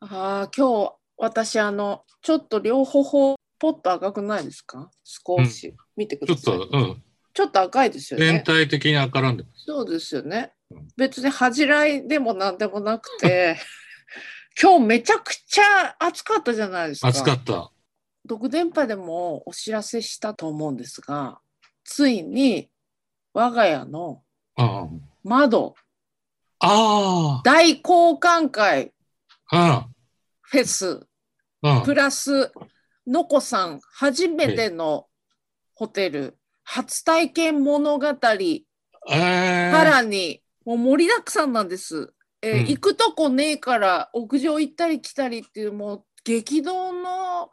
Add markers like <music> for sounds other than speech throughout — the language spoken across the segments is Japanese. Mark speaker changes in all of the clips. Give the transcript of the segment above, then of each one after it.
Speaker 1: ああ、今日、私、あの、ちょっと両方、ポッと赤くないですか少し、見てく
Speaker 2: ちょ
Speaker 1: だ
Speaker 2: っ
Speaker 1: さい。
Speaker 2: と、うん、
Speaker 1: ちょっと赤いですよ
Speaker 2: 全
Speaker 1: ね。
Speaker 2: 体的に赤らんでます。
Speaker 1: そうですよね
Speaker 2: うん。
Speaker 1: 別に恥じらいでもなんでもなくて、 <laughs> 今日めちゃくちゃ暑かったじゃないですか。
Speaker 2: 暑かった。
Speaker 1: 独電波でもお知らせしたと思うんですが、ついに我が家の
Speaker 2: うん、
Speaker 1: 窓
Speaker 2: あ
Speaker 1: 大交換会
Speaker 2: あ、
Speaker 1: フェス
Speaker 2: うん、うん
Speaker 1: プ。ラスのこさん初めてのホテル初体験物語
Speaker 2: え
Speaker 1: さ
Speaker 2: ー、
Speaker 1: らにもう盛りだくさんなんです、えー
Speaker 2: うん
Speaker 1: 行くとこねえから屋上行ったり来たりっていうもう激動の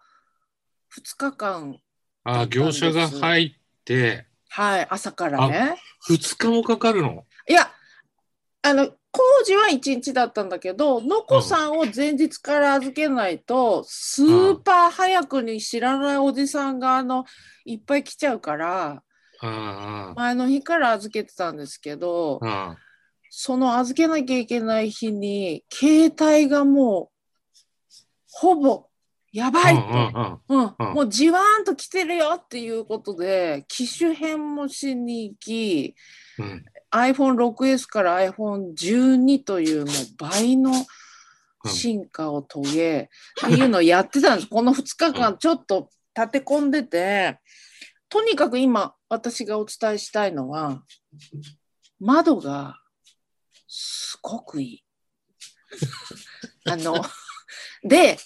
Speaker 1: 2日間
Speaker 2: あー業者が入って、
Speaker 1: はい朝からね
Speaker 2: 2日もかかるの。
Speaker 1: いやあの工事は1日だったんだけどのこさんを前日から預けないと、スーパー早くに知らないおじさんがあのいっぱい来ちゃうから
Speaker 2: うん、
Speaker 1: 前の日から預けてたんですけど
Speaker 2: う、ん、
Speaker 1: その預けなきゃいけない日に携帯がもうほぼやばいと。
Speaker 2: うん、
Speaker 1: うん
Speaker 2: うん
Speaker 1: もうじわーんと来てるよっていうことで機種変もしに行き、
Speaker 2: うん、うん。
Speaker 1: iPhone6S から iPhone12 というもう倍の進化を遂げ、っていうのをやってたんです。この2日 <laughs>
Speaker 2: う
Speaker 1: 間ちょっと立て込んでて、とにかく今私がお伝えしたいのは、窓がすごくい <laughs> い。あの、で、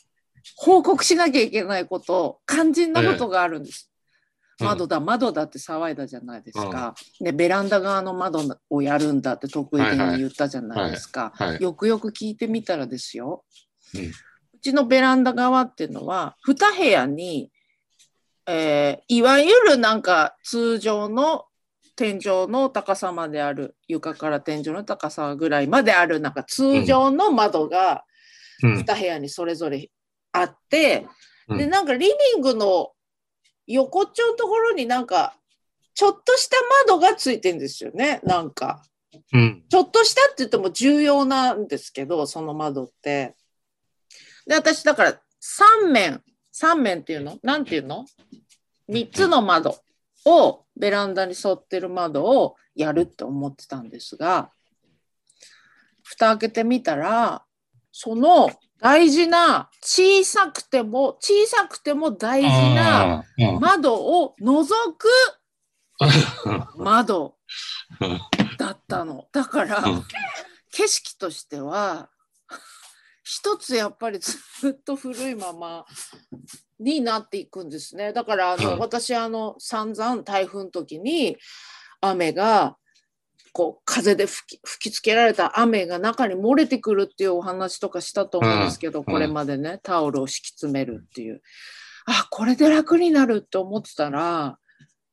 Speaker 1: 報告しなきゃいけないこと、肝心なことがあるんです。
Speaker 2: ええ
Speaker 1: 窓だ、窓だって騒いだじゃないですか。ね、ベランダ側の窓をやるんだって得意げに言ったじゃないですか。
Speaker 2: はいはい
Speaker 1: よくよく聞いてみたらですよ。
Speaker 2: う
Speaker 1: うんちのベランダ側っていうのは、2部屋に、えーいわゆるなんか通常の天井の高さまである床から天井の高さぐらいまであるなんか通常の窓が
Speaker 2: うん、
Speaker 1: 2部屋にそれぞれあって、
Speaker 2: うん
Speaker 1: でなんかリビングの横っちょのところになんかちょっとした窓がついてんですよねなんか
Speaker 2: うん、
Speaker 1: ちょっとしたって言っても重要なんですけどその窓って。で私だから3面3面っていうのなんていうの ?3 つの窓をベランダに沿ってる窓をやるって思ってたんですが蓋開けてみたらその大事な小さくても小さくても大事な
Speaker 2: あー、
Speaker 1: 窓を覗く
Speaker 2: うん、
Speaker 1: 窓
Speaker 2: うん
Speaker 1: だったの。だから
Speaker 2: うん
Speaker 1: 景色としては一つやっぱりずっと古いままになっていくんですね。だからあの、
Speaker 2: うん
Speaker 1: 私あの散々台風の時に雨がこう風で吹き吹きつけられた雨が中に漏れてくるっていうお話とかしたと思うんですけど、これまでねタオルを敷き詰めるっていうあこれで楽になるって思ってたら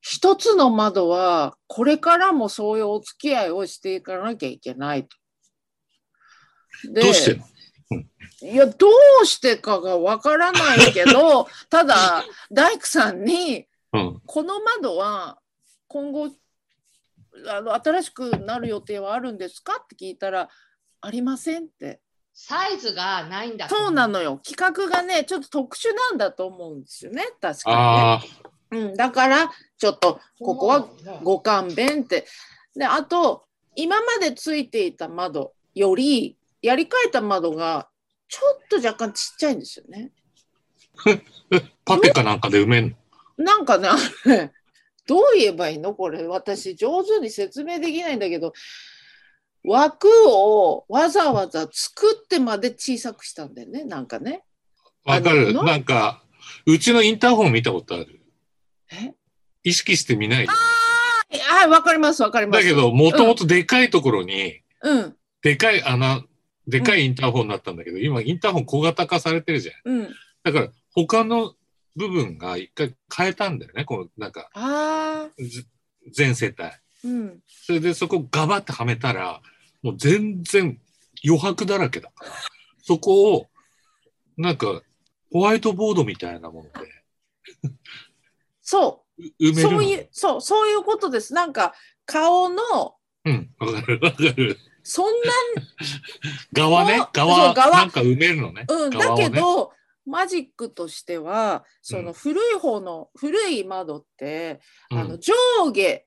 Speaker 1: 一つの窓はこれからもそういうお付き合いをしていかなきゃいけないと。で
Speaker 2: どうして
Speaker 1: いやどうしてかがわからないけど <laughs> ただ大工さんに
Speaker 2: うん、
Speaker 1: この窓は今後あの新しくなる予定はあるんですかって聞いたらありませんって
Speaker 3: サイズがないんだ。
Speaker 1: そうなのよ企画がねちょっと特殊なんだと思うんですよね確か
Speaker 2: ああ、
Speaker 1: にね、うん、だからちょっとここは
Speaker 3: ご
Speaker 1: ご勘弁ってであと今までついていた窓よりやり替えた窓がちょっと若干ちっちゃいんですよね
Speaker 2: パテかなんかで埋めんの。
Speaker 1: なんかね、あのねどう言えばいいのこれ、私、上手に説明できないんだけど、枠をわざわざ作ってまで小さくしたんだよね、なんかね。
Speaker 2: わか
Speaker 1: あ
Speaker 2: る
Speaker 1: の
Speaker 2: なんか、うちのインターホン見たことある。
Speaker 1: え
Speaker 2: 意識して見ない。
Speaker 1: はいはい、わかります、わかります。
Speaker 2: だけど、もともとでかいところに、
Speaker 1: うん、
Speaker 2: でかい穴、でかいインターホンだったんだけど、今インターホン小型化されてるじゃん。
Speaker 1: うん。
Speaker 2: だから、他の部分が一回変えたんだよね。この、なんか、
Speaker 1: ああ、
Speaker 2: ず全世帯。
Speaker 1: うん。
Speaker 2: それでそこガバッてはめたら、もう全然余白だらけだから、そこを、なんか、ホワイトボードみたいなもの
Speaker 1: そ
Speaker 2: でう埋
Speaker 1: う、
Speaker 2: めるの。
Speaker 1: そういう、そう、そういうことです。なんか、顔の、
Speaker 2: うん、わかるわかる。
Speaker 1: そん
Speaker 2: 側ね
Speaker 1: そう。そう
Speaker 2: 側、
Speaker 1: 側
Speaker 2: なんか埋めるのね。
Speaker 1: な、うん、
Speaker 2: 側
Speaker 1: だ
Speaker 2: を
Speaker 1: け
Speaker 2: ね
Speaker 1: ど、マジックとしては、そうの
Speaker 2: ん
Speaker 1: 古い方の、古い窓って、
Speaker 2: うん
Speaker 1: あの上下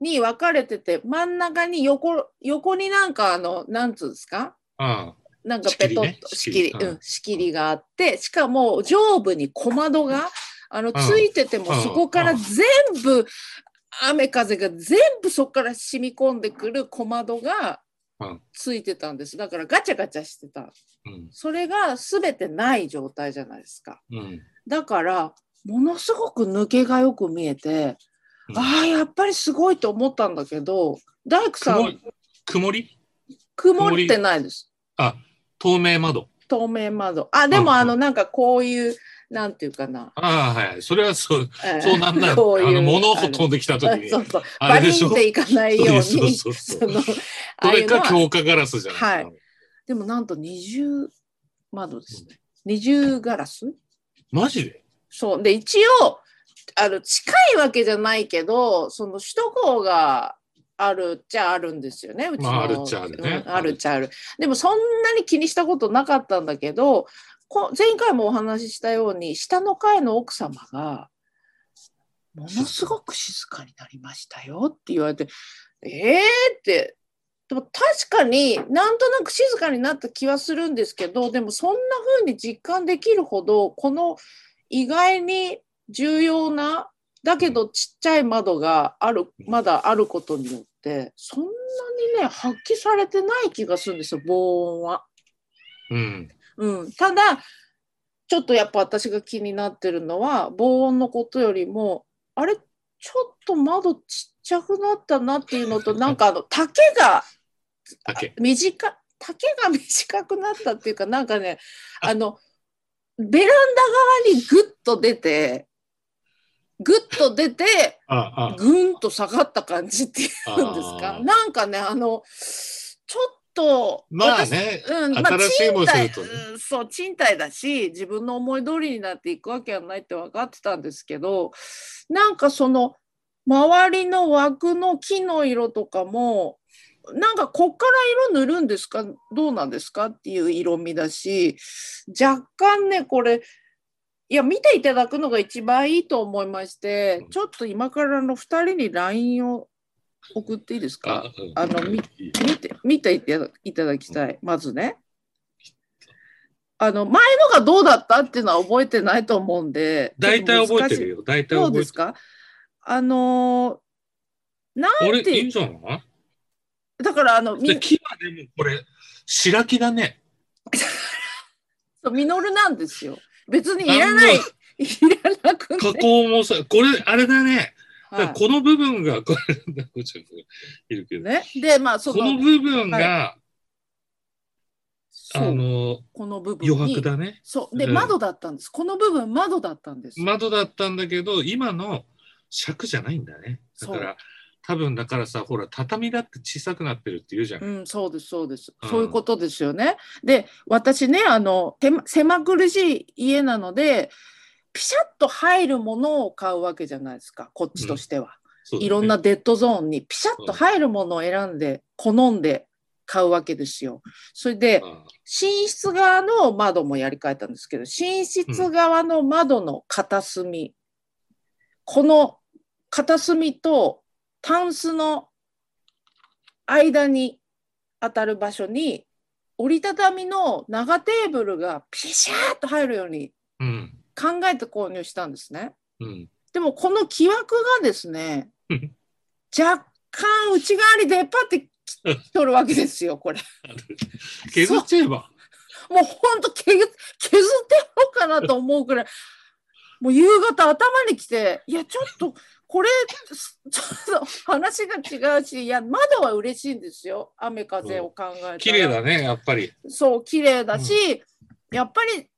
Speaker 1: に分かれてて、真ん中に横、横になんかあの、なんつうんですか
Speaker 2: うん。
Speaker 1: なんかペトッと仕
Speaker 2: 仕
Speaker 1: 切
Speaker 2: 切
Speaker 1: り,、
Speaker 2: りね仕切り
Speaker 1: う
Speaker 2: うんん、
Speaker 1: 仕切りがあってしかも上部に小窓があの
Speaker 2: ん
Speaker 1: ついてても、
Speaker 2: うん
Speaker 1: そこから
Speaker 2: うん
Speaker 1: 全部、雨風が全部そこから染み込んでくる小窓が
Speaker 2: うん
Speaker 1: ついてたんですだからガチャガチャしてた
Speaker 2: うん。
Speaker 1: それが全てない状態じゃないですか
Speaker 2: うん。
Speaker 1: だからものすごく抜けがよく見えて、
Speaker 2: うん
Speaker 1: ああやっぱりすごいと思ったんだけど大工さ
Speaker 2: 曇
Speaker 1: ん
Speaker 2: り曇り
Speaker 1: 曇ってないです
Speaker 2: あ、透明窓。
Speaker 1: 透明窓。あ、でも
Speaker 2: うん
Speaker 1: あの、なんかこういう、なんていうかな。
Speaker 2: ああ、はい。それは
Speaker 1: <laughs>
Speaker 2: そう、
Speaker 1: えー
Speaker 2: そうなんだ。あ
Speaker 1: こういう
Speaker 2: の、物音飛
Speaker 1: あ
Speaker 2: んできた時
Speaker 1: の
Speaker 2: に。
Speaker 1: そ
Speaker 2: そう
Speaker 1: そう。
Speaker 2: あ
Speaker 1: バ
Speaker 2: れ
Speaker 1: リ
Speaker 2: でし
Speaker 1: ン
Speaker 2: ょ
Speaker 1: っていかないよう
Speaker 2: う
Speaker 1: に。
Speaker 2: そうそうそう。
Speaker 1: そのあ
Speaker 2: そ
Speaker 1: あい
Speaker 2: れ
Speaker 1: うの
Speaker 2: か
Speaker 1: は
Speaker 2: 強化ガラスじゃないですか。
Speaker 1: でもなんと二重窓ですね。二重ガラス
Speaker 2: マジで
Speaker 1: そう。で、一応、あの、近いわけじゃないけど、その首都高が、あるっちゃあるんですよね。うちの、
Speaker 2: まああるっちゃあるね
Speaker 1: うんあるっちゃある。でもそんなに気にしたことなかったんだけど、こ前回もお話ししたように、下の階の奥様が、ものすごく静かになりましたよって言われて、えーって、でも確かになんとなく静かになった気はするんですけど、でもそんな風に実感できるほど、この意外に重要なだけどちっちゃい窓があるまだあることによってそんなにね発揮されてない気がするんですよ防音は。
Speaker 2: うん。
Speaker 1: うん、ただちょっとやっぱ私が気になってるのは防音のことよりもあれちょっと窓ちっちゃくなったなっていうの
Speaker 2: <laughs>
Speaker 1: となんかあの丈が
Speaker 2: だけ。
Speaker 1: 短丈が短くなったっていうかなんかねあのベランダ側にグッと出てグッと出て
Speaker 2: ああ、あ
Speaker 1: ぐんと下がった感じってい <laughs> うんです
Speaker 2: あ
Speaker 1: か
Speaker 2: ー
Speaker 1: なんかねあのちょっと
Speaker 2: まあね
Speaker 1: 私うんまあ、
Speaker 2: 新しいも
Speaker 1: 賃
Speaker 2: の
Speaker 1: 貸
Speaker 2: するとね
Speaker 1: うんそう賃貸だし自分の思い通りになっていくわけはないって分かってたんですけどなんかその周りの枠の木の色とかもなんかこっから色塗るんですかどうなんですかっていう色味だし若干ねこれいや見ていただくのが一番いいと思いましてちょっと今からあの2人に LINE を送っていいですか
Speaker 2: あうん
Speaker 1: あのみ
Speaker 2: いい
Speaker 1: 見て見ていただいただきたいまずね。あの前のがどうだったっていうのは覚えてないと思うんで
Speaker 2: 大体覚えて
Speaker 1: よ
Speaker 2: るよ。大体
Speaker 1: どう
Speaker 2: 覚
Speaker 1: で
Speaker 2: え
Speaker 1: す
Speaker 2: てる。
Speaker 1: かあのー
Speaker 2: あ
Speaker 1: なん
Speaker 2: れ、いい
Speaker 1: て
Speaker 2: んじゃない
Speaker 1: だからあのみ
Speaker 2: で木はでもこれ、白木だね。
Speaker 1: ミノルなんですよ別にいらないい
Speaker 2: あ
Speaker 1: らなく
Speaker 2: 加
Speaker 1: ね、
Speaker 2: 工もさ、これ、あれだね。だから
Speaker 1: は
Speaker 2: この部分が、これ、 <laughs> なんかちょっといるけ
Speaker 1: い、
Speaker 2: ど、
Speaker 1: ねでまあそ
Speaker 2: この
Speaker 1: の
Speaker 2: 部分が、あ
Speaker 1: そう
Speaker 2: の、
Speaker 1: この部分に
Speaker 2: 余白だね。
Speaker 1: そうで、
Speaker 2: うん
Speaker 1: 窓だったんですこの部分窓だったんです、
Speaker 2: 窓だったんだけど、今の尺じゃないんだね。だか
Speaker 1: そう
Speaker 2: ら、多分だからさ、ほら、畳だって小さくなってるって言うじゃん。
Speaker 1: うん、そうですそうです、
Speaker 2: うん
Speaker 1: そういうことですよね。で私ねあの手間狭苦しい家なのでピシャッと入るものを買うわけじゃないですかこっちとしては。
Speaker 2: そうだね
Speaker 1: いろんな。デッドゾーンにピシャッと入るものを選んで好んで買うわけですよ。それで
Speaker 2: あ
Speaker 1: 寝室側の窓もやり替えたんですけど寝室側の窓の片隅、この片隅とタンスの間に当たる場所に折りたたみの長テーブルがピシャーッと入るように
Speaker 2: うん。
Speaker 1: 考えて購入したんですね。
Speaker 2: うん。
Speaker 1: でもこの木枠がですね
Speaker 2: うん、
Speaker 1: 若干内側に出っ張
Speaker 2: <laughs>
Speaker 1: ってきとるわけですよ、これ。
Speaker 2: 削っちゃえば。
Speaker 1: もうほんと削削ってやろうかなと思うくらい、もう夕方頭に来て、いや、ちょっと、これ、すちょっと話が違うし、いや、窓は嬉しいんですよ、雨風を考えたら。
Speaker 2: 綺麗だね、やっぱり。
Speaker 1: そう綺麗だし、やっぱり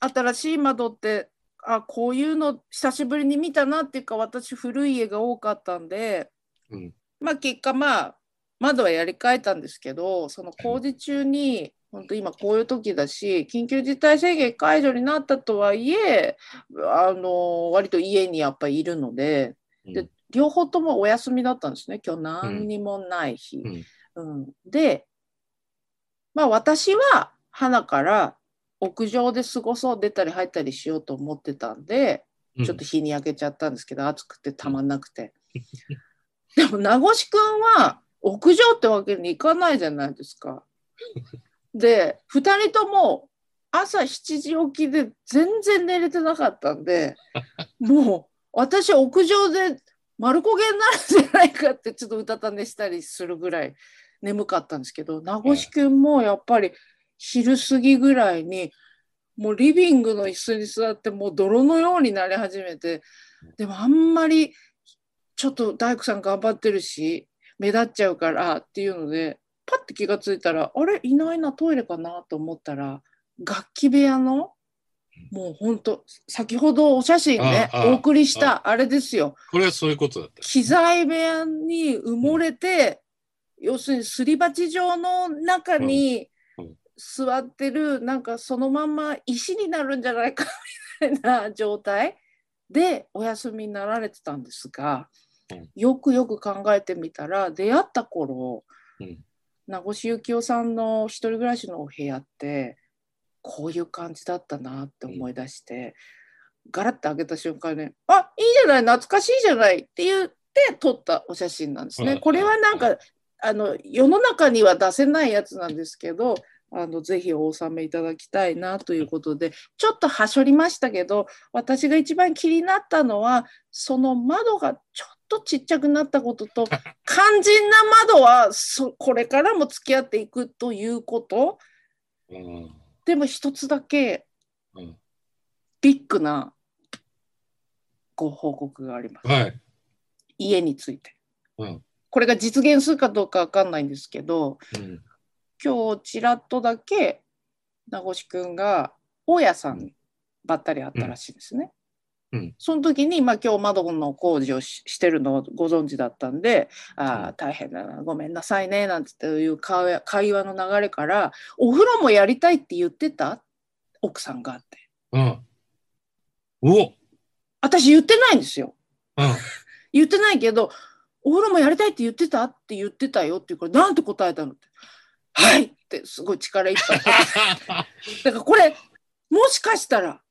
Speaker 1: 新しい窓ってあこういうの久しぶりに見たなっていうか私古い家が多かったんで、
Speaker 2: うん
Speaker 1: まあ結果まあ窓はやり替えたんですけどその工事中に本当今こういう時だし緊急事態宣言解除になったとはいえあの割と家にやっぱりいるのでで
Speaker 2: うん
Speaker 1: 両方ともお休みだったんですね今日何にもない日。
Speaker 2: うん
Speaker 1: うんでまあ私は花から屋上で過ごそう出たり入ったりしようと思ってたんで、
Speaker 2: うん
Speaker 1: ちょっと日に焼けちゃったんですけど暑くてたまんなくて。でも名越くんは屋上ってわけにいかないじゃないですか。で2人とも朝7時起きで全然寝れてなかったんでもう私屋上で丸焦げになるんじゃないかってちょっとうたた寝したりするぐらい眠かったんですけど名越くんもやっぱり昼過ぎぐらいにもうリビングの椅子に座ってもう泥のようになり始めてでもあんまりちょっと大工さん頑張ってるし目立っちゃうからっていうのでパッて気がついたらあれいないなトイレかなと思ったら楽器部屋のもうほんと先ほどお写真ね
Speaker 2: ああ
Speaker 1: お送りしたあれですよ
Speaker 2: これはそういうことだった。
Speaker 1: 機材部屋に埋もれて、要するにすり鉢状の中に
Speaker 2: うんうん
Speaker 1: 座ってる、なんかそのまんま石になるんじゃないかみたいな状態でお休みになられてたんですが、
Speaker 2: うん
Speaker 1: よくよく考えてみたら出会った頃、
Speaker 2: うん
Speaker 1: 名越幸雄さんの一人暮らしのお部屋ってこういう感じだったなって思い出して、ガラッと開けた瞬間に、あいいじゃない懐かしいじゃないって言って撮ったお写真なんですね。
Speaker 2: うん
Speaker 1: これはなん
Speaker 2: う
Speaker 1: かあの世の中には出せないやつなんですけどあのぜひお納めいただきたいなということでちょっとはしょりましたけど私が一番気になったのはその窓がちょっとちっちゃくなったことと肝心な窓はそこれからも付き合っていくということ
Speaker 2: うん
Speaker 1: でも一つだけ
Speaker 2: うん
Speaker 1: ビッグなご報告があります
Speaker 2: はい。
Speaker 1: 家について、
Speaker 2: うん
Speaker 1: これが実現するかどうかわかんないんですけど
Speaker 2: うん
Speaker 1: 今日ちらっとだけ名越くんが大家さんにばったり会ったらしいですね。
Speaker 2: うんうん
Speaker 1: その時に、まあ、今日窓の工事をししてるのをご存知だったんで「あ
Speaker 2: う
Speaker 1: あ大変だなごめんなさいね」なんていう会話会話の流れから「お風呂もやりたいって言ってた奥さんが」って
Speaker 2: うん。おうん。
Speaker 1: 私言ってないんですよ。言ってないけど「お風呂もやりたいって言ってた?」って言ってたよっていうからなんて答えたのって「はい!」ってすごい力いっぱいだからこれもしかしたら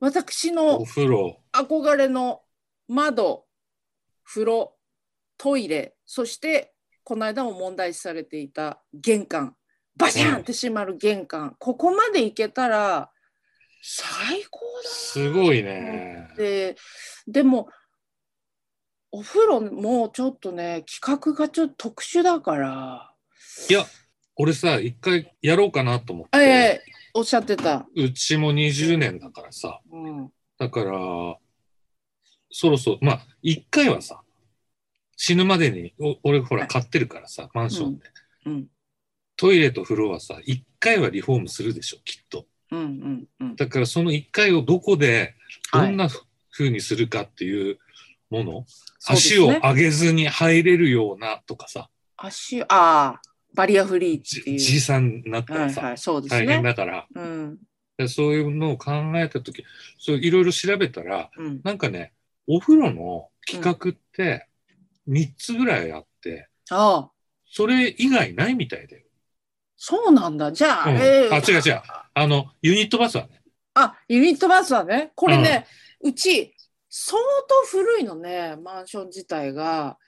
Speaker 1: 私
Speaker 2: <laughs> お
Speaker 1: の
Speaker 2: 風呂。
Speaker 1: 憧れの窓風呂トイレそしてこの間も問題視されていた玄関バシャンって閉まる玄関ここまで行けたら最高だな
Speaker 2: すごいね。
Speaker 1: ででもお風呂もちょっとね企画がちょっと特殊だから
Speaker 2: いや、俺さ、一回やろうかなと思って。
Speaker 1: ええおっしゃってた、
Speaker 2: うちも20年だからさ。
Speaker 1: うん、
Speaker 2: だから、そろそろ、まあ、一回はさ、死ぬまでに、お俺ほら買ってるからさ、マンションで。
Speaker 1: うん
Speaker 2: トイレと風呂はさ、一回はリフォームするでしょ、きっと。
Speaker 1: うんうんうん
Speaker 2: だからその一回をどこで、ど
Speaker 1: はい
Speaker 2: んなふうにするかっていうもの、
Speaker 1: そうです
Speaker 2: 足
Speaker 1: ね
Speaker 2: を上げずに入れるようなとかさ、
Speaker 1: 足ああバリアフリーって
Speaker 2: じ
Speaker 1: いう
Speaker 2: じいさんになった
Speaker 1: は
Speaker 2: ら
Speaker 1: い
Speaker 2: さ、
Speaker 1: はいそうです
Speaker 2: 大変
Speaker 1: ね
Speaker 2: だから、
Speaker 1: うん
Speaker 2: でそういうのを考えたとき、そういろいろ調べたら、
Speaker 1: うん
Speaker 2: なんかね、お風呂の企画って3つぐらいあって、
Speaker 1: ああ
Speaker 2: それ以外ないみたいだよ。
Speaker 1: そうなんだじゃあ、
Speaker 2: うん
Speaker 1: ええ
Speaker 2: あ違う違うあの、ユニットバスはね、
Speaker 1: あユニットバスはねこれね、うち相当古いのねマンション自体が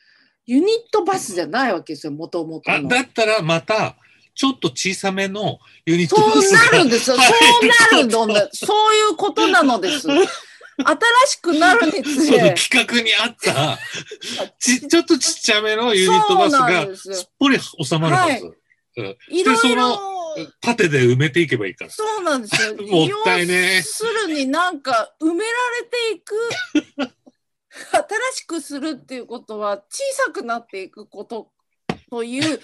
Speaker 1: ユニットバスじゃないわけですよもともと
Speaker 2: あ
Speaker 1: の。
Speaker 2: だったらまた、ちょっと小さめのユニット
Speaker 1: そ
Speaker 2: バス
Speaker 1: うなるん
Speaker 2: が
Speaker 1: ですよ。
Speaker 2: はい
Speaker 1: そうなるのね。そういうことなのです。新しくなるにつ
Speaker 2: その
Speaker 1: れ、
Speaker 2: 企画に
Speaker 1: <laughs>
Speaker 2: あった、ちちょっとちっちゃめのユニットバス
Speaker 1: そうなん
Speaker 2: が
Speaker 1: ですよ
Speaker 2: すっぽり収まるはず。
Speaker 1: いろいろ、
Speaker 2: 縦で埋めていけばいいから。
Speaker 1: そうなんですよ。
Speaker 2: <laughs> もったいねえ
Speaker 1: 要するになんか埋められていく、
Speaker 2: <laughs>
Speaker 1: 新しくするっていうことは小さくなっていくことという、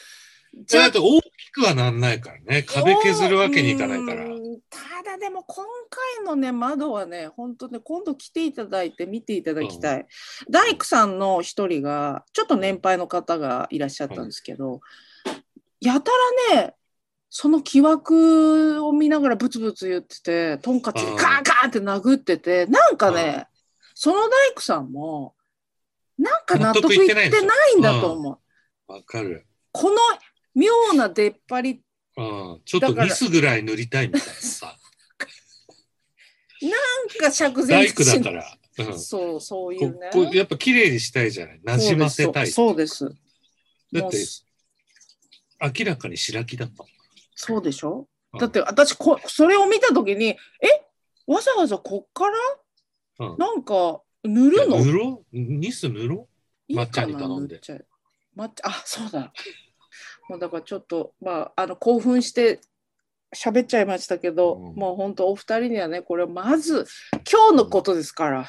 Speaker 2: じゃあ、大きくはなんないからね。壁削るわけにいかないから。
Speaker 1: うーんただでも今回のね窓はね本当ね今度来ていただいて見ていただきたい、大工さんの一人がちょっと年配の方がいらっしゃったんですけど、やたらねその木枠を見ながらブツブツ言っててトンカチでカーンカーンって殴っててなんかね、
Speaker 2: う
Speaker 1: その大工さんもなんか納
Speaker 2: 納
Speaker 1: 得
Speaker 2: 得
Speaker 1: いっ
Speaker 2: いってて
Speaker 1: な
Speaker 2: ないいん
Speaker 1: ん
Speaker 2: です
Speaker 1: だ
Speaker 2: よ
Speaker 1: と思う。
Speaker 2: わかる。
Speaker 1: この妙な出っ張り
Speaker 2: うん、ちょっとニスぐらい塗りたいみたいなさ。
Speaker 1: が釈然
Speaker 2: 大
Speaker 1: と
Speaker 2: 工
Speaker 1: し
Speaker 2: だ
Speaker 1: な
Speaker 2: か
Speaker 1: い。
Speaker 2: ら。うん
Speaker 1: そう、そういう
Speaker 2: こ
Speaker 1: ね。
Speaker 2: こやっぱ綺麗にしたいじゃない馴染ませたい
Speaker 1: そうです。そうです
Speaker 2: だって
Speaker 1: もうす
Speaker 2: 明らかに白木だったもん
Speaker 1: そうでしょ
Speaker 2: うん
Speaker 1: だって私こそれを見た時にえわざわざこっから、
Speaker 2: うん
Speaker 1: なんか塗るの
Speaker 2: 塗ろうニス塗ろ
Speaker 1: いいかな
Speaker 2: 抹茶に頼んで
Speaker 1: 塗っちゃう抹茶あそうだもうだからちょっとまああの興奮して喋っちゃいましたけど、
Speaker 2: うん
Speaker 1: もう本当お二人にはねこれまず今日のことですから、
Speaker 2: う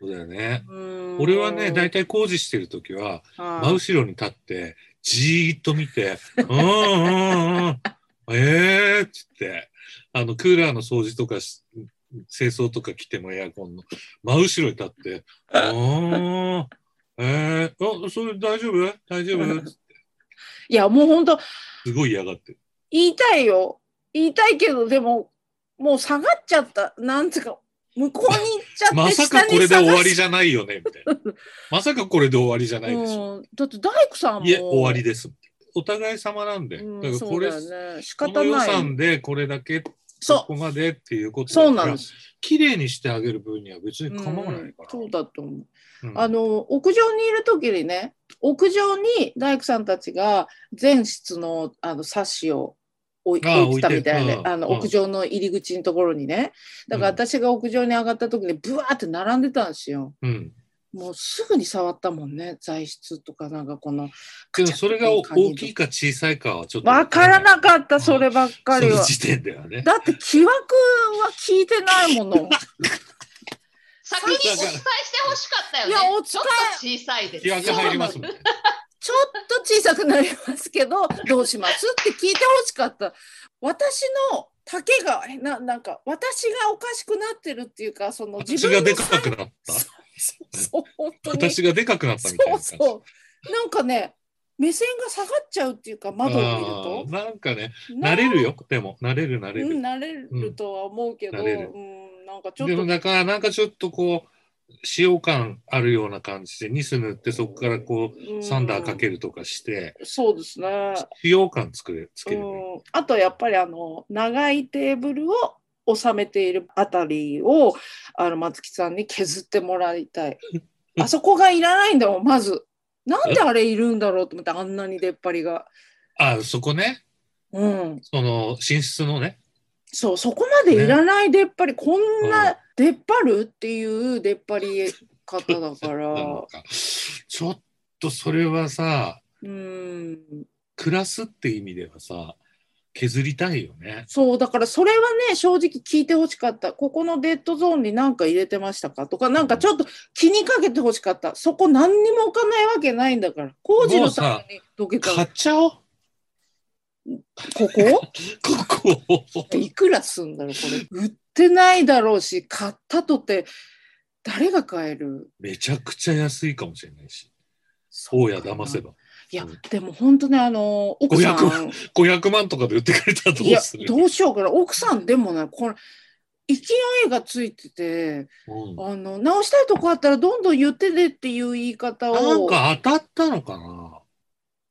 Speaker 2: そうだよね
Speaker 1: うん
Speaker 2: 俺はね大体工事してる時は
Speaker 1: はい
Speaker 2: 真後ろに立ってじーっと見て「うんうんうん <laughs> ええー」っつってあのクーラーの掃除とかし清掃とか来てもエアコンの真後ろに
Speaker 1: <laughs>
Speaker 2: 立って「うんえー、あそれ大丈夫大丈夫?」
Speaker 1: いやもう本当
Speaker 2: すごい嫌がってる。
Speaker 1: 言いたいよ言いたいけどでももう下がっちゃったなんつうか向こうに行っちゃって
Speaker 2: <laughs> まさか
Speaker 1: 下に
Speaker 2: これで終わり
Speaker 1: 下
Speaker 2: じゃないよねみたいな。 <laughs> まさかこれで終わりじゃないで
Speaker 1: が
Speaker 2: しょ。
Speaker 1: うん、だって大工さんも
Speaker 2: いえ終わりです。お互い様なんで。
Speaker 1: うん
Speaker 2: だから
Speaker 1: そ
Speaker 2: こ
Speaker 1: う
Speaker 2: れ、
Speaker 1: だよね仕
Speaker 2: こ
Speaker 1: 方
Speaker 2: の予
Speaker 1: ない
Speaker 2: 算でこれだけこ
Speaker 1: そ
Speaker 2: こまでっていうこ
Speaker 1: う
Speaker 2: と
Speaker 1: そう
Speaker 2: だ
Speaker 1: な
Speaker 2: か
Speaker 1: ん
Speaker 2: ら
Speaker 1: です
Speaker 2: 綺麗にしてあげる分には別に構わない
Speaker 1: う
Speaker 2: か
Speaker 1: ん
Speaker 2: ら。
Speaker 1: そうだと思う
Speaker 2: うん
Speaker 1: あの屋上にいる時にね屋上に大工さんたちが全室のあのサッシを置い
Speaker 2: ああ
Speaker 1: 置いてたみたい
Speaker 2: 置い
Speaker 1: で
Speaker 2: てうん
Speaker 1: あの
Speaker 2: うん
Speaker 1: 屋上の入り口のところにねだから
Speaker 2: うん
Speaker 1: 私が屋上に上がった時にブワーって並んでたんですよ
Speaker 2: うん。
Speaker 1: もうすぐに触ったもんね材質とかなんかこの
Speaker 2: けどそれが
Speaker 1: カチャッと鍵
Speaker 2: 大きいか小さいかはちょっと
Speaker 1: わから
Speaker 2: っ
Speaker 1: なかった
Speaker 2: うん
Speaker 1: そればっかり
Speaker 2: そ
Speaker 1: は
Speaker 2: の時点ではね。
Speaker 1: だって木枠は聞いてないもの
Speaker 3: 先にお伝えしてほしかったよね。
Speaker 1: いやお伝え
Speaker 3: ちょっと小さいです。
Speaker 2: 気枠入りますもんね。
Speaker 1: ちょっと小さくなりますけどどうしますって聞いてほしかった私の丈がななんか私がおかしくなってるっていうかその自
Speaker 2: 私
Speaker 1: 分
Speaker 2: が
Speaker 1: の
Speaker 2: で
Speaker 1: サイ
Speaker 2: かくなった。
Speaker 1: そうそう本当に
Speaker 2: 私がでかくなったみたい
Speaker 1: そ
Speaker 2: な
Speaker 1: う
Speaker 2: 感じ。
Speaker 1: そうなんかね目線が下がっちゃうっていうか窓を見る
Speaker 2: あーなんかね、
Speaker 1: と
Speaker 2: 慣れるよ。でも、慣れる慣れる
Speaker 1: うん、。慣れるとは思うけど、う
Speaker 2: うんん慣れる
Speaker 1: なんかちょっ
Speaker 2: でも
Speaker 1: と
Speaker 2: だからなんかちょっとこう使用感あるような感じでニス塗ってそこからこ
Speaker 1: う
Speaker 2: うんサンダーかけるとかして
Speaker 1: そうですね、
Speaker 2: 使用感作れつ
Speaker 1: う
Speaker 2: けるね
Speaker 1: ん、あとやっぱりあの長いテーブルを収めているあたりをあの松木さんに削ってもらい
Speaker 2: <laughs>
Speaker 1: たいあそこがいらないんだもんまずなんであれいるんだろうと思ってあんなに出っ張りが
Speaker 2: あそこね
Speaker 1: うん
Speaker 2: その寝室のね
Speaker 1: そうそこまでいらない出っ張り、こん
Speaker 2: う
Speaker 1: な出っ張るっていう出っ張り方だか
Speaker 2: <laughs> なん
Speaker 1: ら
Speaker 2: かちょっとそれはさ
Speaker 1: うん
Speaker 2: 暮らすって意味ではさ削りたいよね
Speaker 1: そうだからそれはね正直聞いてほしかったここのデッドゾーンに何か入れてましたかとかなんかちょっと気にかけてほしかったそこ何にも置かないわけないんだから工事のためにどけた
Speaker 2: 買
Speaker 1: こ
Speaker 2: っちゃおう
Speaker 1: こ
Speaker 2: <laughs> ここを
Speaker 1: いくらすんだろうこれ売ってないだろうし買ったとて誰が買える
Speaker 2: めちゃくちゃ安いかもしれないし
Speaker 1: そう
Speaker 2: 大
Speaker 1: や
Speaker 2: 家騙せば
Speaker 1: いや
Speaker 2: うん
Speaker 1: でも本当ねあの奥さ
Speaker 2: 500
Speaker 1: ん
Speaker 2: 500万とかで売ってくれたらど
Speaker 1: いうや
Speaker 2: する
Speaker 1: どうしようかな奥さんでもねこれ勢いがついてて
Speaker 2: うん
Speaker 1: あの直したいとこあったらどんどん言ってねっていう言い方
Speaker 2: なん
Speaker 1: を
Speaker 2: か当たったのかな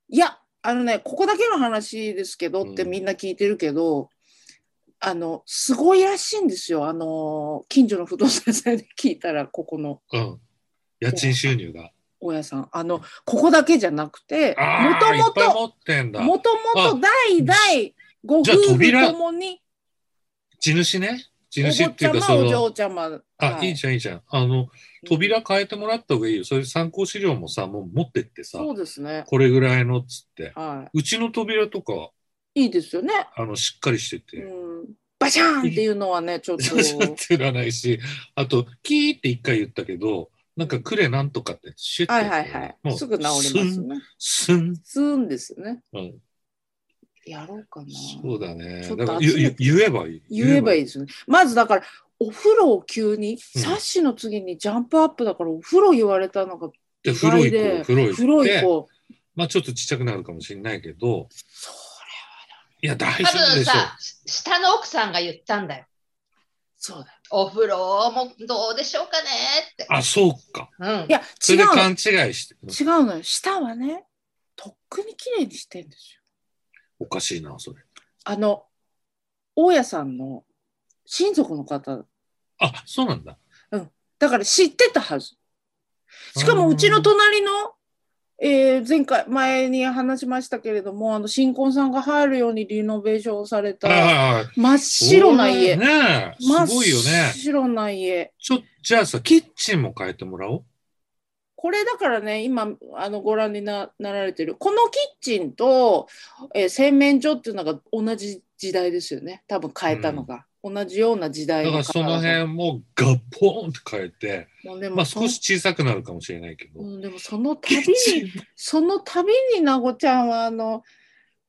Speaker 2: い
Speaker 1: やあのねここだけの話ですけどって
Speaker 2: うん
Speaker 1: みんな聞いてるけど、あのすごいらしいんですよあの近所の不動産屋さんに聞いたらここの
Speaker 2: うん。家賃収入が。
Speaker 1: 大家さんあのここだけじゃなくて
Speaker 2: あ
Speaker 1: も
Speaker 2: あ、いっぱい
Speaker 1: とも
Speaker 2: 持ってん
Speaker 1: と
Speaker 2: だ。
Speaker 1: もともと代々ご夫
Speaker 2: じゃあ
Speaker 1: 婦
Speaker 2: 扉
Speaker 1: ともに
Speaker 2: 地主ね。地
Speaker 1: お
Speaker 2: 主
Speaker 1: 坊
Speaker 2: っ
Speaker 1: ち
Speaker 2: てい
Speaker 1: ゃ
Speaker 2: うか、
Speaker 1: ま
Speaker 2: そ
Speaker 1: お
Speaker 2: の、
Speaker 1: 嬢ちゃま
Speaker 2: あ、いいじゃん、いいじゃん。あの、扉変えてもらった方がいいよ。それ参考資料もさ、もう持ってってさ、
Speaker 1: そうですね
Speaker 2: これぐらいのっつって。
Speaker 1: は
Speaker 2: うちの扉とか、
Speaker 1: いいいですよね、
Speaker 2: あの、しっかりして
Speaker 1: う
Speaker 2: <laughs> て。
Speaker 1: ん、バシャーンっていうのはねちょっと
Speaker 2: <laughs> そうそうっていうのはないし、あと、キーって一回言ったけど、なんか、クレなんとかって、シュッて。
Speaker 1: はいはいはい。
Speaker 2: もう、
Speaker 1: すぐ治りますね。
Speaker 2: すん。
Speaker 1: すんですよね。
Speaker 2: すん。うん。
Speaker 1: やろうかな。
Speaker 2: そうだね
Speaker 1: ちょっと。
Speaker 2: だから、
Speaker 1: 集め
Speaker 2: ゆ
Speaker 1: て
Speaker 2: ゆ言えばいい。
Speaker 1: 言えばいい
Speaker 2: い。
Speaker 1: ですよね。まずだから、お風呂を急に、
Speaker 2: うん
Speaker 1: サッシの次にジャンプアップだから、お風呂言われたのが
Speaker 2: で、風呂
Speaker 1: 意外で
Speaker 2: 行こう、風呂行って。
Speaker 1: 風呂行こう。
Speaker 2: まあちょっとちっちゃくなるかもしれないけど、
Speaker 1: そ
Speaker 2: いや、大
Speaker 3: 多
Speaker 2: 丈夫
Speaker 3: 分
Speaker 2: でしょ
Speaker 3: さ、下の奥さんが言ったんだよ。
Speaker 1: うそうだよ。
Speaker 3: お風呂もどうでしょうかねって。
Speaker 2: あ、そうか。
Speaker 3: う
Speaker 1: い。
Speaker 3: ん
Speaker 1: や、
Speaker 2: そ
Speaker 1: 違
Speaker 2: れで
Speaker 1: うの
Speaker 2: 勘違いして、
Speaker 1: 違うのよ。下はね、とっくに綺麗にしてんですよ。
Speaker 2: おかしいな、それ。
Speaker 1: あの大家さんの親族の方
Speaker 2: あ、そうなんだ。
Speaker 1: だから知ってたはずしかもうちの隣の、えー前回前に話しましたけれどもあの新婚さんが入るようにリノベーションされ
Speaker 2: あー
Speaker 1: た
Speaker 2: あー
Speaker 1: 真っ白な
Speaker 2: そう
Speaker 1: 家、
Speaker 2: ねえ
Speaker 1: 真っ
Speaker 2: すごいよね。
Speaker 1: 白な家
Speaker 2: ちょ、じゃあさ、キッチンも変えてもらおう。
Speaker 1: これだからね今あのご覧にななられてるこのキッチンと、えー洗面所っていうのが同じ時代ですよね多分変えたのが、同じような時代
Speaker 2: だからその辺もガポーンって変えて、
Speaker 1: もうでも
Speaker 2: まあ
Speaker 1: そ
Speaker 2: 少し小さくなるかもしれないけど。
Speaker 1: うん、でもその
Speaker 2: キ
Speaker 1: 度
Speaker 2: ッ
Speaker 1: に
Speaker 2: チン
Speaker 1: その度になごちゃんはあの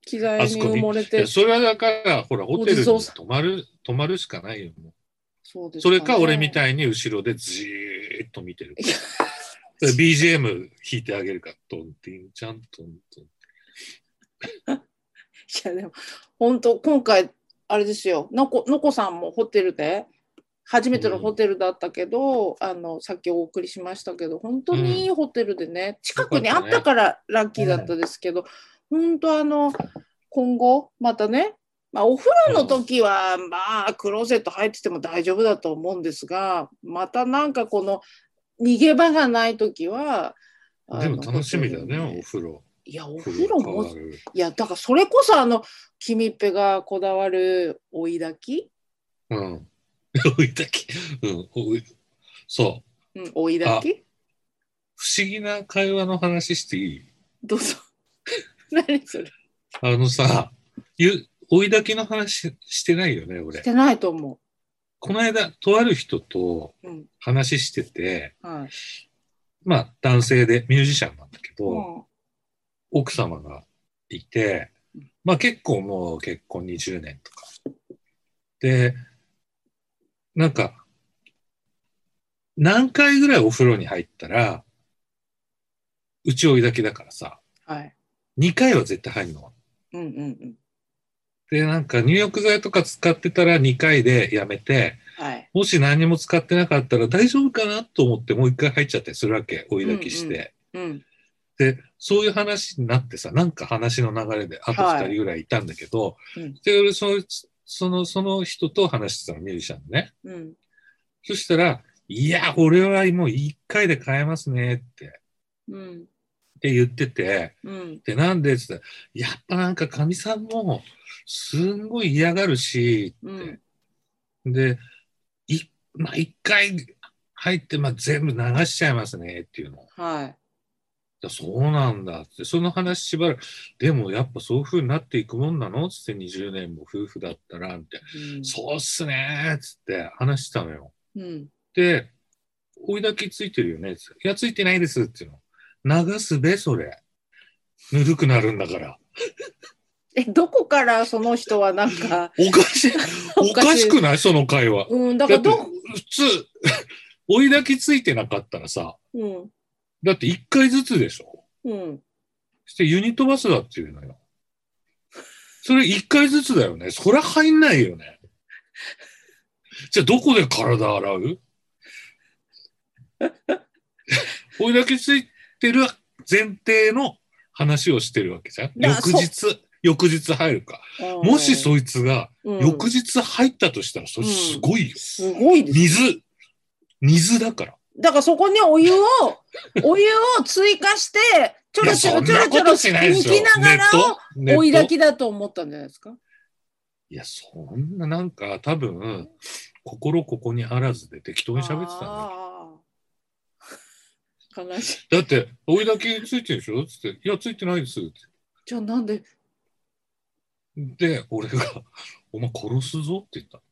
Speaker 1: 機材
Speaker 2: あ
Speaker 1: に
Speaker 2: そこに
Speaker 1: 埋もれ
Speaker 2: い
Speaker 1: て
Speaker 2: やそれはだから、ほら、ホテル
Speaker 1: お地
Speaker 2: に
Speaker 1: 蔵さ
Speaker 2: 泊まる、泊まるしかないよ。もう
Speaker 1: そうです
Speaker 2: それか俺み
Speaker 1: い
Speaker 2: たいに後ろでじーっと見
Speaker 1: <laughs>
Speaker 2: てる。それ BGM 弾いてあげるから、トンティンちゃん、トントン。
Speaker 1: いやでも本当今回あれですよのこのこさんもホテルで初めてのホテルだったけど、あのさっきお送りしましたけど本当にいいホテルでね、近くにあったからラッキーだったですけど、本当あの今後またねまあ、お風呂の時は、まあ、クローゼット入ってても大丈夫だと思うんですが、またなんかこの、逃げ場がない時は、あの
Speaker 2: でも楽しみだね、お。風呂。
Speaker 1: いや、お風呂も
Speaker 2: 変わる
Speaker 1: いやだからそれこそあの君っぺがこだわる追い炊き、
Speaker 2: うん。 <laughs> おいたき。うん。おいそう。
Speaker 1: うん、追い炊き
Speaker 2: 不思議な会話の話していい
Speaker 1: どうぞ <laughs> 何それ
Speaker 2: あのさ、ゆ追いだきの話してないよね、
Speaker 1: し
Speaker 2: 俺。
Speaker 1: てないと思
Speaker 2: この間、とある人と
Speaker 1: う、うん
Speaker 2: 話してて、
Speaker 1: はい
Speaker 2: まあ男性でミュージシャンなんだけど、
Speaker 1: うん
Speaker 2: 奥様がいて、まあ結構もう結婚20年とか。で、なんか、何回ぐらいお風呂に入ったら、うち追いだきだからさ、
Speaker 1: はい
Speaker 2: 2回は絶対入るの。
Speaker 1: うんうんうん
Speaker 2: で、なんか入浴剤とか使ってたら2回でやめて、
Speaker 1: はい
Speaker 2: もし何も使ってなかったら大丈夫かなと思ってもう1回入っちゃってするわけ、追いだきして。
Speaker 1: うんうんうん
Speaker 2: で、そういう話になってさ、なんか話の流れで、あと
Speaker 1: はい
Speaker 2: 二人ぐらいいたんだけど、
Speaker 1: うん
Speaker 2: で、俺その、その、その人と話してたの、ミュージシャンでね。
Speaker 1: うん
Speaker 2: そしたら、いや、俺はもう一回で変えますねって、っ
Speaker 1: うん
Speaker 2: て言ってて、
Speaker 1: うん
Speaker 2: で、なんでって言ったら、やっぱなんかかみさんも、すんごい嫌がるし、
Speaker 1: う
Speaker 2: っ
Speaker 1: ん
Speaker 2: て。で、い、まあ、一回入って、まあ、全部流しちゃいますねっていうの。
Speaker 1: はい
Speaker 2: だそうなんだって、その話しばらく、でもやっぱそういう風になっていくもんなのつって20年も夫婦だったら、みたいな。
Speaker 1: うん
Speaker 2: そうっすねーっつって話したのよ。
Speaker 1: うん
Speaker 2: で、追いだきついてるよねっつっていや、ついてないですっていうの。流すべ、それ。ぬるくなるんだから。
Speaker 1: えどこからその人はなんか
Speaker 2: おかしい、 <laughs> おかしくないその会話。
Speaker 1: うんだか
Speaker 2: だ
Speaker 1: ら
Speaker 2: って、
Speaker 1: ど
Speaker 2: 普通、 <laughs> 追いだきついてなかったらさ、
Speaker 1: うん
Speaker 2: だって1回ずつでしょ
Speaker 1: うん
Speaker 2: してユニットバスだっていうのよ。それ一回ずつだよね。そりゃ入んないよね。じゃあどこで体
Speaker 1: <laughs>
Speaker 2: 洗うこれだけついてる前提の話をしてるわけじゃん。
Speaker 1: だ
Speaker 2: 翌日、翌日入るか。もしそいつが
Speaker 1: うん
Speaker 2: 翌日入ったとしたら、それすごいよ。
Speaker 1: すごいです
Speaker 2: 水、水だから。
Speaker 1: だからそこにお湯
Speaker 2: <laughs>
Speaker 1: を、お湯を追加して、ちょ
Speaker 2: い
Speaker 1: ろ
Speaker 2: や、
Speaker 1: ちょ
Speaker 2: そ
Speaker 1: ろ
Speaker 2: ん
Speaker 1: ちょ
Speaker 2: な
Speaker 1: ろち
Speaker 2: こ
Speaker 1: ょろ
Speaker 2: としないで
Speaker 1: 抜
Speaker 2: しょ。ネ
Speaker 1: きながら
Speaker 2: ットネッ
Speaker 1: を
Speaker 2: ト
Speaker 1: 追いだきだと思ったんじゃないですか。
Speaker 2: いや、そんな、なんか、多分、心ここにあらずで適当に喋ってたのよ
Speaker 1: あー悲しい。
Speaker 2: だって、追いだけついてるでしょつって、いや、ついてないです。って
Speaker 1: じゃあなんで、
Speaker 2: で、俺が、 <laughs> お前殺すぞって言った。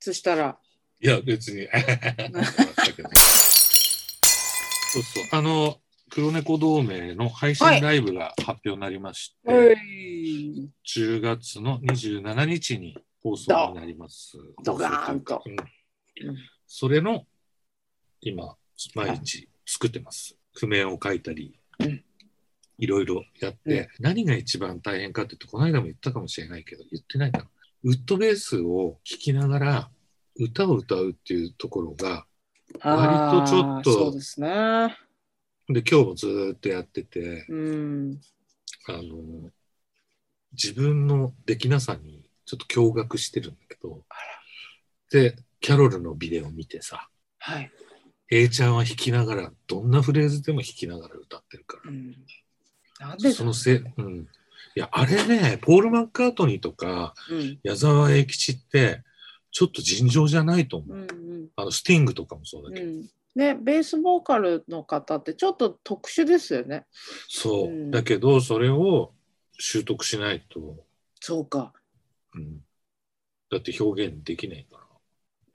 Speaker 1: そしたら、
Speaker 2: いや、
Speaker 1: <laughs>
Speaker 2: 別に、えへへへって笑ったけどそうそう、あの、黒猫同盟の配信
Speaker 1: はい
Speaker 2: ライブが発表になりまして、10月の27日に放送になります。
Speaker 1: ドガーンと
Speaker 2: うん
Speaker 1: うん
Speaker 2: それの、今、毎日作ってます。譜面を書いたり
Speaker 1: うん、
Speaker 2: いろいろやって、何が一番大変かって言って、この間も言ったかもしれないけど、言ってないかな。ウッドベースを聴きながら、歌を歌うっていうところが、割とちょ
Speaker 1: あ
Speaker 2: っと
Speaker 1: ーそうですね。
Speaker 2: で、今日もずーっとやってて、
Speaker 1: うん。
Speaker 2: あの、自分のできなさにちょっと驚愕してるんだけど、で、キャロルのビデオ見てさ、
Speaker 1: はい。
Speaker 2: A ちゃんは弾きながら、どんなフレーズでも弾きながら歌ってるから。
Speaker 1: うん、なんでだ
Speaker 2: そのせい、うん。いや、あれね、ポール・マッカートニーとか、
Speaker 1: うん
Speaker 2: 矢沢永吉って、ちょっと尋常じゃないと思
Speaker 1: う
Speaker 2: う。
Speaker 1: んうん
Speaker 2: あの、スティングとかもそうだけ
Speaker 1: う
Speaker 2: ど。
Speaker 1: ん、ねベースボーカルの方ってちょっと特殊ですよね。
Speaker 2: そう。
Speaker 1: うん
Speaker 2: だけど、それを習得しないと、
Speaker 1: そうか
Speaker 2: うん。だって表現できないから。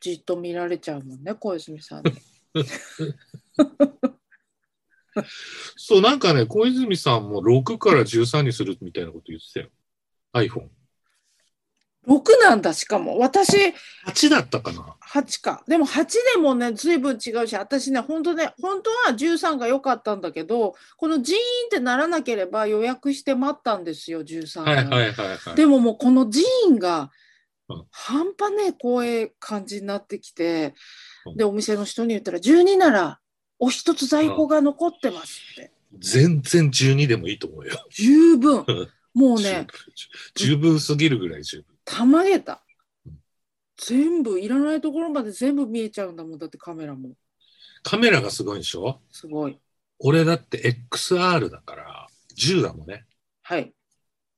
Speaker 1: じっと見られちゃうもんね小泉さんに。
Speaker 2: そう、なんかね、小泉さんも6から13にするみたいなこと言ってたよ。iPhone。
Speaker 1: 6なんだしかも私
Speaker 2: 8だったかな
Speaker 1: 8かでも8でもね随分違うし私ね本当ね本当は13が良かったんだけどこのジーンってならなければ予約して待ったんですよ13が
Speaker 2: はいはいはいはい。
Speaker 1: でももうこのジーンが
Speaker 2: うん
Speaker 1: 半端ねえ怖え感じになってきて
Speaker 2: うん
Speaker 1: でお店の人に言ったら12ならお一つ在庫が残ってますって
Speaker 2: 全然12でもいいと思うよ。
Speaker 1: 十
Speaker 2: <laughs>
Speaker 1: 分
Speaker 2: うん
Speaker 1: もうね
Speaker 2: 十分すぎるぐらい十分。
Speaker 1: たまげた
Speaker 2: うん
Speaker 1: 全部いらないところまで全部見えちゃうんだもんだってカメラも
Speaker 2: カメラがすごいでしょ
Speaker 1: すごい
Speaker 2: 俺だって XR だから10だもんね。
Speaker 1: はい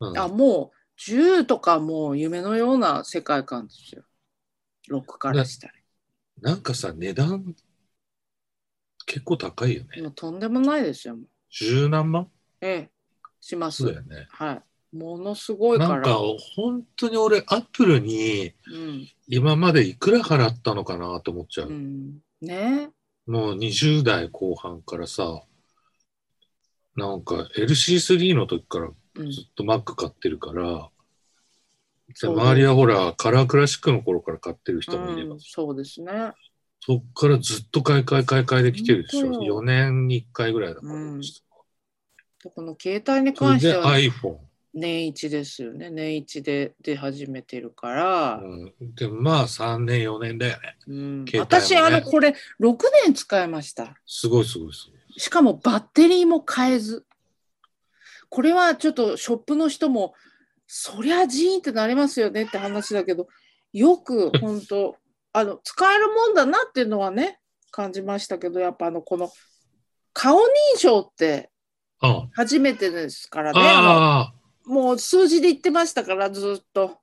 Speaker 2: うん、
Speaker 1: あもう10とかもう夢のような世界観ですよ。6からした
Speaker 2: なんかさ、値段結構高いよ
Speaker 1: ら。
Speaker 2: ね。
Speaker 1: もうとんでもないですよ。もう
Speaker 2: 十何万
Speaker 1: ええ、しま
Speaker 2: そう
Speaker 1: す
Speaker 2: だ。よね。
Speaker 1: はい。ものすごいか
Speaker 2: な
Speaker 1: ら。
Speaker 2: んか本当に俺、アップルに
Speaker 1: うん
Speaker 2: 今までいくら払ったのかなと思っちゃ
Speaker 1: う
Speaker 2: う。
Speaker 1: ん、ね
Speaker 2: もう20代後半からさ、なんか LC3 の時から
Speaker 1: え、うん
Speaker 2: ずっと Mac 買ってるから、で
Speaker 1: そうね
Speaker 2: 周りはほら、カラークラシックの頃から買ってる人もいれば、
Speaker 1: うんそうですね。
Speaker 2: そっからずっと買い替え買い替えできてるでしょ。
Speaker 1: 本当よ
Speaker 2: 4年に1回ぐらいだから。
Speaker 1: うんでこの携帯に
Speaker 2: それ
Speaker 1: 関して
Speaker 2: で
Speaker 1: は
Speaker 2: iPhone。
Speaker 1: 年一ですよね。年一で出始めてるから。
Speaker 2: うん、でまあ3年4年だよね。
Speaker 1: うん
Speaker 2: 携帯もね
Speaker 1: 私、あの、これ6年使いました。
Speaker 2: すごいすごいすごい。
Speaker 1: しかもバッテリーも変えず。これはちょっとショップの人も、そりゃジーンってなりますよねって話だけど、よ
Speaker 2: <laughs>
Speaker 1: く本当、あの、使えるもんだなっていうのはね、感じましたけど、やっぱあの、この顔認証って
Speaker 2: あ
Speaker 1: 初めてですからね、あ
Speaker 2: あ
Speaker 1: のもう数字で言ってましたから、ずっと。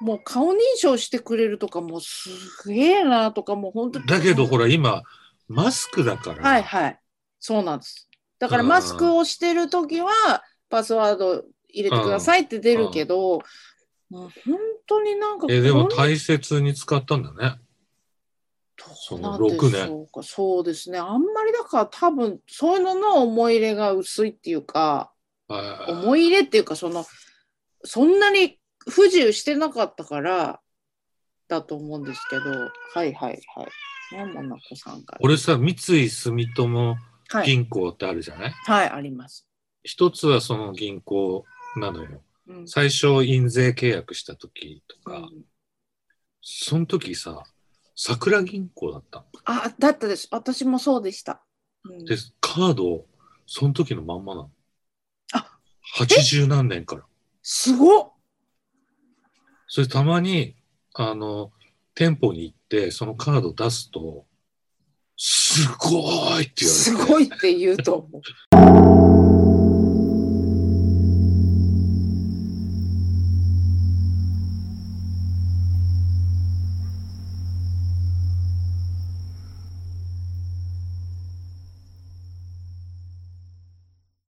Speaker 1: もう顔認証してくれるとか、もうすげえなとか、もう本当
Speaker 2: ー、だけどほら今、マスクだから、
Speaker 1: はいはい。そうなんです。だから
Speaker 2: うん
Speaker 1: マスクをしてるときは、パスワード入れてくださいって出るけど、もう本当になんか
Speaker 2: えでも
Speaker 1: こん
Speaker 2: 大切に使ったんだね。
Speaker 1: ど
Speaker 2: そうの
Speaker 1: なんで
Speaker 2: 6
Speaker 1: しょうか。そうですね。あんまりだから多分、そういうのの思い入れが薄いっていうか、
Speaker 2: はい
Speaker 1: 思い入れっていうか、その、そんなに不自由してなかったから、だと思うんですけど、はいはいはい。ね、もなこさんから。
Speaker 2: 俺さ、三井住友
Speaker 1: はい、
Speaker 2: 銀行ってあるじゃない、
Speaker 1: はい、あります。
Speaker 2: 一つはその銀行なのよ。
Speaker 1: うん
Speaker 2: 最初、印税契約した時と
Speaker 1: う
Speaker 2: か、
Speaker 1: ん
Speaker 2: その時さ、桜銀行だったの。
Speaker 1: あ、だったです。私もそうでした。うん
Speaker 2: で、カード、その時のまんまなの。
Speaker 1: あ
Speaker 2: 80何年から。
Speaker 1: すごっ
Speaker 2: それたまに、あの、店舗に行って、そのカード出すと、すごいって言われて。
Speaker 1: すごいって言うと思う。